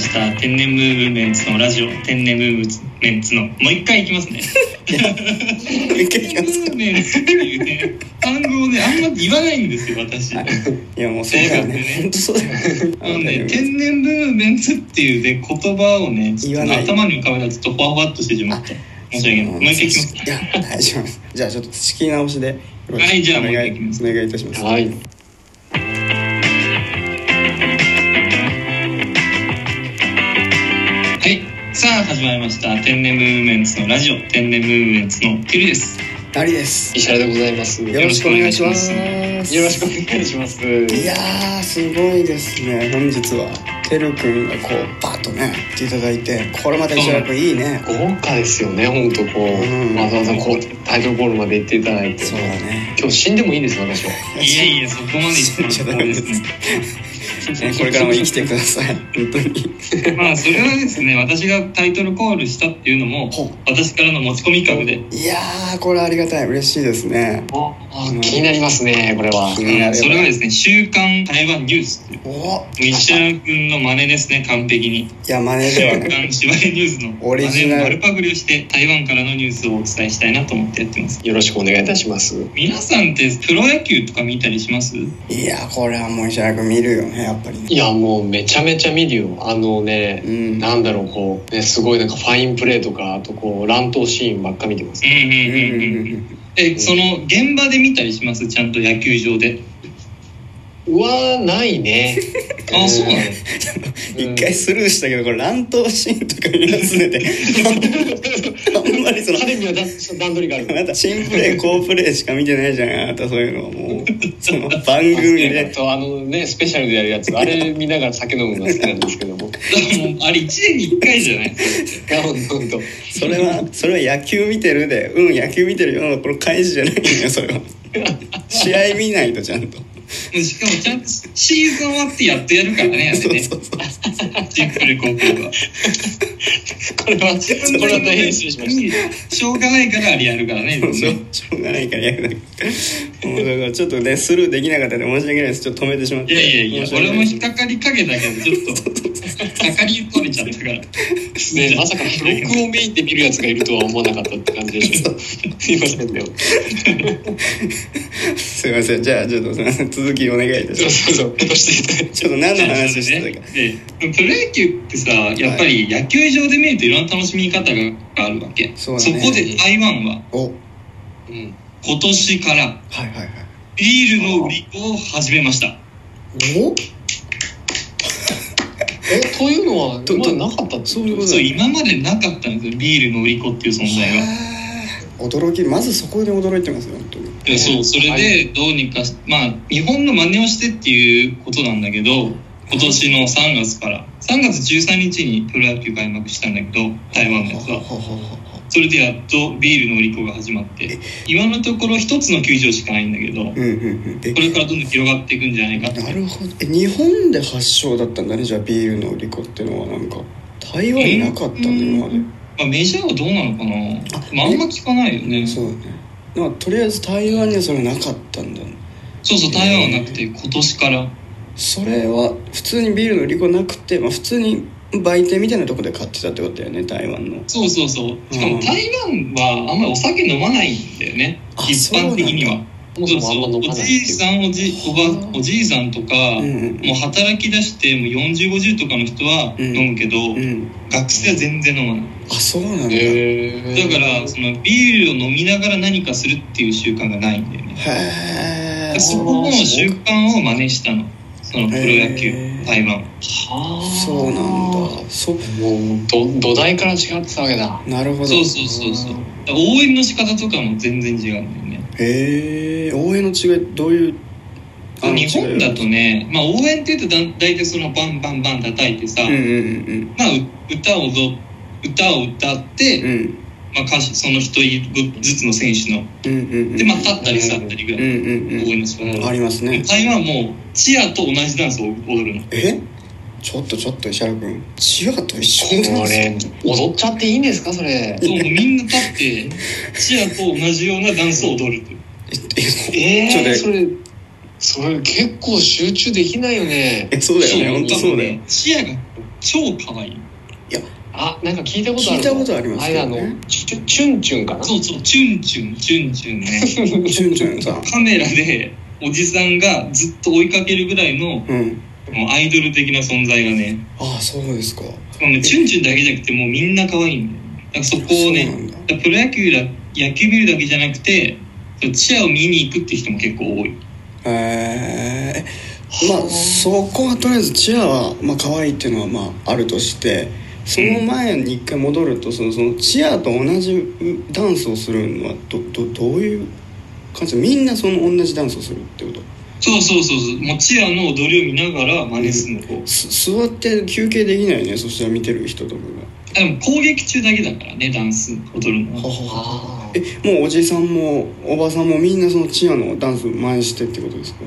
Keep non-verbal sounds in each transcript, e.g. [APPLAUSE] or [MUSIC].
した天然ムーブメンツのラジオ天然ムーブメンツのもう一回いきますね一回いき天然まムすーブメンツっていうね単語をねあんま言わないんですよ私ないやもうそうだよね本当そうだよねので天然ムーブメンツっていうね言葉をねちょっ言わとな頭いに浮かべたらちょっとふわふわっとしてしまって申し訳ないもう一回いきますいや大丈夫ですじゃあちょっと仕切り直しではいじゃあお願もう一回いきますお願いいたしますはい。はいさあ始まりました天然ムーブメンツのラジオ天然ムーブメンツのてるですダリです石原でございます。よよろしくお願いしますろしくお願いします。いやーすごいですね本日はてるくんがこうバッとね来ていただいてこれまた石原くんいいね豪華ですよね、本当うこんう、わざわざこう、タイトルコールまで行っていただいて。そうだね今日死んでもいいんですよ、私は。いやいやそこまで言ってもらってもいいですねねこれからも生きてください本当にまあそれはですね私がタイトルコールしたっていうのもほう私からの持ち込み企画でいやーこれありがたい嬉しいですねああ気になりますね、これは。気になるよねそれはですね「週刊台湾ニュース」っていうお石原君の真似ですね完璧にいやマネージ週ャー刊ね芝居ニュースのオリ真ジ似ナを丸ルパクリをして台湾からのニュースをお伝えしたいなと思ってやってますよろしくお願いいたします。皆さんってプロ野球とか見たりしますいやこれはもう石原くん見るよねやっぱりねいや、もうめちゃめちゃ見るよ。あのねう、んなんだろう、こう、ね、すごいなんかファインプレーとか、あとこう、乱闘シーンばっか見てますう。んうんうんうんうんううんんえその現場で見たりしますちゃんと野球場でうわー、ないね。あそうなの一回スルーしたけどこれ乱闘シーンとか見忘れて [LAUGHS] あんまりその彼には段段取りがあるあ。なた新プレー好プレーしか見てないじゃんあなたそういうのはもうその番組あでとあのねスペシャルでやるやつあれ見ながら酒飲むのが好きなんですけどももうあれ1年に1回じゃないガオンとそれはそれは野球見てるでうん野球見てるよのこの返しじゃないんだよそれは試合見ないとちゃんとしかもちゃんとシーズン終わってやっとやるからね、あれそうね。そうそうシンプル高校は。これはこれは大変失礼しまししょうがないからあれやるからね、もうしょうしょうがないからやるだけもうだからちょっとねスルーできなかったんで申し訳ないですちょっと止めてしまっいてやいやいや、申し訳俺ないも引っかかりかけたけど、ちょっと、かかり取れちゃったから。たねまさか録をメインで見るやつがいるとは思わなかったって感じでしょすいませんねすいませんじゃあちょっと [LAUGHS] すいません続きお願いいたしそうますそうそうどうしていただいちょっと何の話してたかでプロ野球ってさやっぱり野球場で見るといろんな楽しみ方があるわけそうだねこで台湾はおはいてうん今年からはいはいビールの売り子を始めましたおえというのはとまあなかったそういうことそう今までなかったんですよビールの売り子っていう存在がへー驚きまずそこで驚いてますよ本当にでそうそれはでどうにかし、まあ日本の真似をしてっていうことなんだけど今年の3月から3月13日にプロ野球開幕したんだけど台湾のやつはほうほうほうほそれでやっとビールの売り子が始まって今のところ一つの球場しかないんだけどううんうんうんえこれからどんどん広がっていくんじゃないかってなるほどえ日本で発祥だったんだねじゃあビールの売り子ってのはなんか台湾になかったんだ今までまあ、メジャーはどうなのかなあまああんま聞かないよねそうだねまあとりあえず台湾にはそれなかったんだそうそう台湾はなくて今年からそれは普通にビールの売り子なくて、まあ、普通に売店みたいなとこで買ってたってことだよね台湾のそうそうそうしかも台湾はあんまりお酒飲まないんだよねあ一般的にはそもそもあんま飲まおないじいさんおじおばおじいさんとか、うんうんもう働き出してもう4050とかの人はうん飲むけど、うん学生は全然飲まないあそうなんだ、へえだからそのビールを飲みながら何かするっていう習慣がないんだよねだかえらそこの習慣を真似したのそのプロ野球へー台湾そうなんだそうもうど土台から違ってたわけだなるほどそうそうそうそうだから応援の仕方とかも全然違うんだよねへえ応援の違いどういうあの日本だと違いね、まあ、応援っていうとだ大体そのバンバンバン叩いてさ、はうんうんうんまあ、う歌を踊歌を歌って、うんうんまあ、歌手その一人ずつの選手のうんうんうんで、まあ、立ったり去ったりぐうらんうい、応んう援の仕方うんんありますね台湾はもうチアと同じダンスを踊るのえちょっとちょっと石原君チアと一こ緒なんですれ踊っちゃっていいんですかそれそうもうみんな立ってチアと同じようなダンスを踊るというええちょっとー、ねそれそれ結構集中できないよねえそうだよね本当そうだよチアが超可愛い。あ、なんか聞いたことある。聞いたことありますあれけあどのね、チュチュンチュンかな。そうそう、チュンチュン、チュンチュンね。チュンチュンさんカメラでおじさんがずっと追いかけるぐらいのうんもうアイドル的な存在がね、ああそうですかしかもねチュンチュンだけじゃなくてもうみんな可愛いんだよ。だからそこをそうなね、んだだからプロ野球だ、野球見るだけじゃなくて、そうチアを見に行くって人も結構多い。へえまあそこはとりあえずチアはまあ可愛いっていうのはまああるとしてその前に一回戻るとそのそのチアと同じダンスをするのはどどどういう感じみんなその同じダンスをするってことそうそうそうそう、もうチアの踊りを見ながら真似するのこう。す座って休憩できないねそしたら見てる人とかあでも攻撃中だけだからね、ダンス、踊るのがは。あーえもうおじさんもおばさんもみんなそのチアのダンス真似してってことですか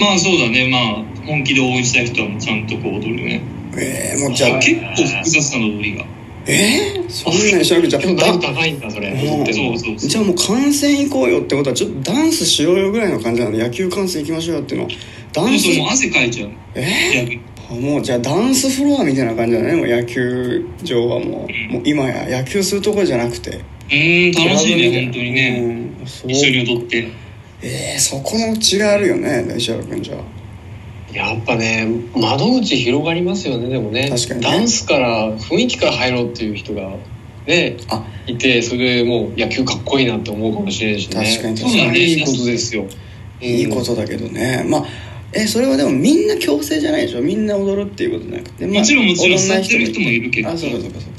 まあそうだね、まあ本気で応援したい人はもうちゃんとこう踊るね。えー、もうじゃあ結構複雑な踊りが。えー、そんなに調べちゃでもだだいぶ高いんだそれ。うんでそもうそうそう。じゃあもう観戦行こうよってことはちょっとダンスしようよぐらいの感じなの野球観戦行きましょうよっていうのはダそうンそスう、もう汗かいちゃう。え逆にーもうじゃあダンスフロアみたいな感じだねもう野球場はもうもう今や野球するところじゃなくてうーん、楽しいね、本当にね。うんそう一緒に踊って。えー、そこの違いあるよね石原君じゃあやっぱね、窓口広がりますよね。でもね確かにねダンスから雰囲気から入ろうっていう人がねあ、いて、それでもう野球かっこいいなって思うかもしれないしね。確かにそうなんですいいことですよ。いいこうん。とだけどねまあえそれはでもみんな強制じゃないでしょみんな踊るっていうことじゃなくて、まあもちろんもちろん踊ない座ってる人もいるけどあそうかそうかそうか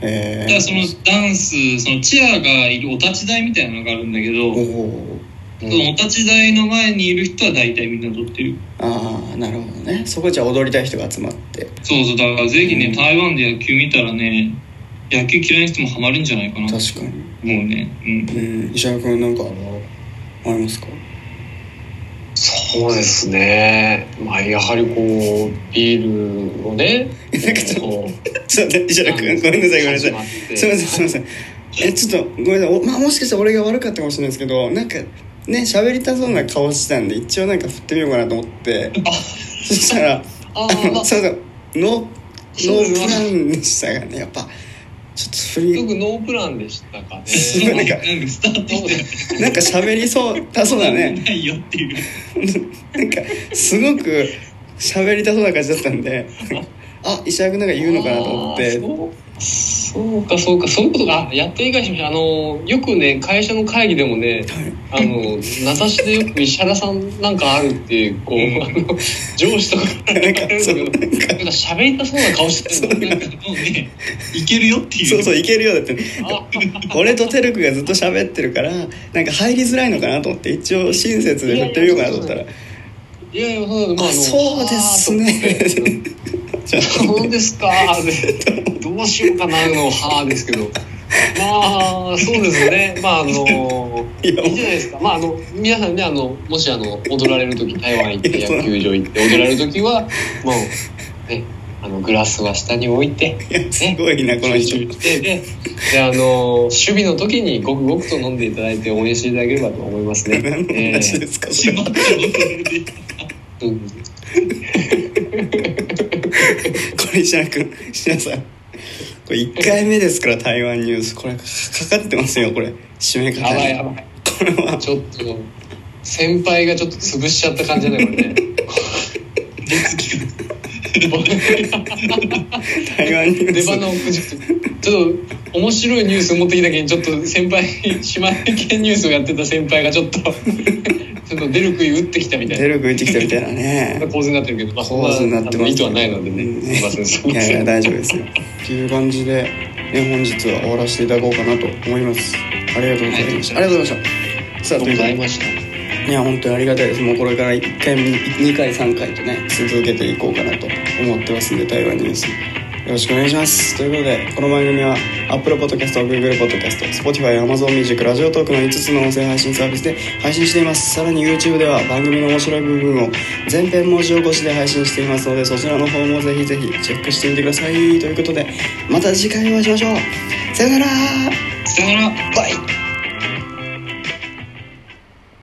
たえだそのダンス、そのチアがいるお立ち台みたいなのがあるんだけど、おおそのお立ち台の前にいる人は大体みんな踊ってる。ああなるほどねそこじゃあ踊りたい人が集まってそうそう、だからぜひうねん、台湾で野球見たらね、野球嫌いな人もハマるんじゃないかなと思確かにうね。うん。うん石原君なんかありますか [LAUGHS] そうですね。まあやはりこうビールをね、なんか [LAUGHS] ちょっとこうちょっと待って石原君ごめんなさいごめんなさい始まってすいませんすいませんえちょっとごめんなさいおまあもしかしたら俺が悪かったかもしれないですけどなんかね喋りたそうな顔してたんで一応なんか振ってみようかなと思ってそしたらああーまの [LAUGHS] あそうそうノーノそうですープランでしたがねやっぱちょっと振よりくノープランでしたかね。すごいなんかなんかスタートそうしですなんか喋り [LAUGHS] そうだそうだねてないよっていう。なんかすごく喋りたそうな感じだったんであ石原君なんか言うのかなと思ってあーそうそうかそうかそういうことがあやっと理解しましたあのよくね会社の会議でもねあの名指しでよく石原さんなんかあるってこうあの上司とかから言われるんだけどなんか喋りたそうな顔してるんだよねもうね、いけるよっていう。そうそういけるよだってあ俺とテルクがずっと喋ってるからなんか入りづらいのかなと思って一応親切で振ってみようかなと思ったらいやいやそうだ、まあ、あのそうですねあーと思ってじゃそうですかでどうしようかなのはーですけどまあそうですねまああのいやいいじゃないですか。まああの皆さんねあのもしあの踊られる時台湾行って野球場行って踊られる時はもうねあのグラスは下に置いてあいやすごいなこの集人中してでであの守備の時にごくごくと飲んでいただいて応援していただければと思いますね。 [LAUGHS] 何のえ話ーですかそしれまった踊りで。うんこれ石原君石原さんこれ1回目ですから台湾ニュースこれかかってますよこれ締め方やばにいやばい。これはちょっと先輩がちょっと潰しちゃった感じだねこれね。台湾ニュー出ス花をくじくとちょっと面白いニュース持ってきたけにちょっと先輩島根県ニュースをやってた先輩がちょっとちょっと出る杭打ってきたみたいテ [LAUGHS] な。ルク浮いてきたみたいなね構図になってるけど、まあ、そん構図になってます意図はないのでね、すいません、すいいまやい [LAUGHS] せやん。大丈夫ですよっていう感じで、ね、本日は終わらせていただこうかなと思いますありがとうございましたありがとうございましたさああといりうことがとうござでいました。いや本当にありがたいですもうこれから1回2回3回とね続けていこうかなと思ってますんで台湾ニュースよろしくお願いしますということでこの番組は Apple Podcast、Google Podcast、Spotify、Amazon Music、ラジオトークの5つの音声配信サービスで配信していますさらに YouTube では番組の面白い部分を全編文字起こしで配信していますのでそちらの方もぜひぜひチェックしてみてくださいということでまた次回お会いしましょうさよならさよなら。バイ